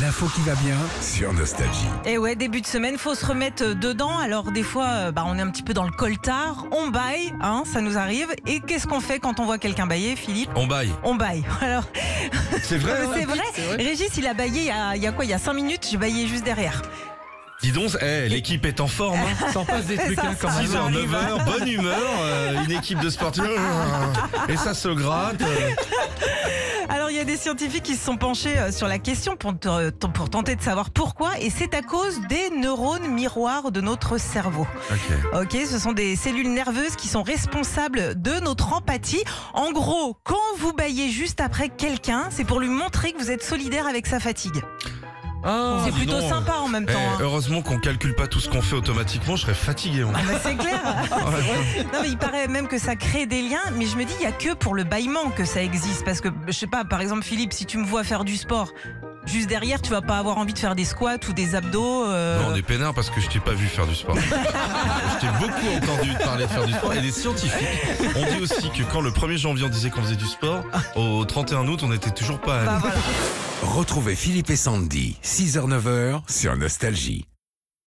L'info qui va bien sur Nostalgie. Et Eh ouais, début de semaine, faut se remettre euh, dedans. Alors des fois, euh, bah, on est un petit peu dans le coltard, on baille, hein, ça nous arrive. Et qu'est-ce qu'on fait quand on voit quelqu'un bailler, Philippe On baille. On baille. Alors, C'est euh, c'est vrai, Régis, il a baillé il y a, il y a quoi Il y a 5 minutes, j'ai baillé juste derrière. Dis donc, eh, l'équipe est en forme. Hein. S'en passe des trucs, ça, hein, quand ça 6h, arrive. 9h, bonne humeur, euh, une équipe de sportifs. Et ça se gratte. euh. Alors, il y a des scientifiques qui se sont penchés euh, sur la question pour, te- euh, t- pour tenter de savoir pourquoi. Et c'est à cause des neurones miroirs de notre cerveau. Ok, ce sont des cellules nerveuses qui sont responsables de notre empathie. En gros, quand vous baillez juste après quelqu'un, c'est pour lui montrer que vous êtes solidaire avec sa fatigue. Ah, Oh, c'est dis plutôt donc. sympa en même Eh, temps. hein. heureusement qu'on calcule pas tout ce qu'on fait automatiquement, je serais fatigué. moi. Ah bah, c'est clair. non mais il paraît même que ça crée des liens, mais je me dis il y a que pour le bâillement que ça existe parce que je sais pas par exemple Philippe si tu me vois faire du sport juste derrière tu vas pas avoir envie de faire des squats ou des abdos. euh, Non, on est peinards parce que je t'ai pas vu faire du sport. je t'ai beaucoup entendu parler de faire du sport. Et les scientifiques ont dit aussi que quand le 1er janvier on disait qu'on faisait du sport, au 31 août on n'était toujours pas à bah, voilà. Retrouvez Philippe et Sandy, 6h-9h sur Nostalgie.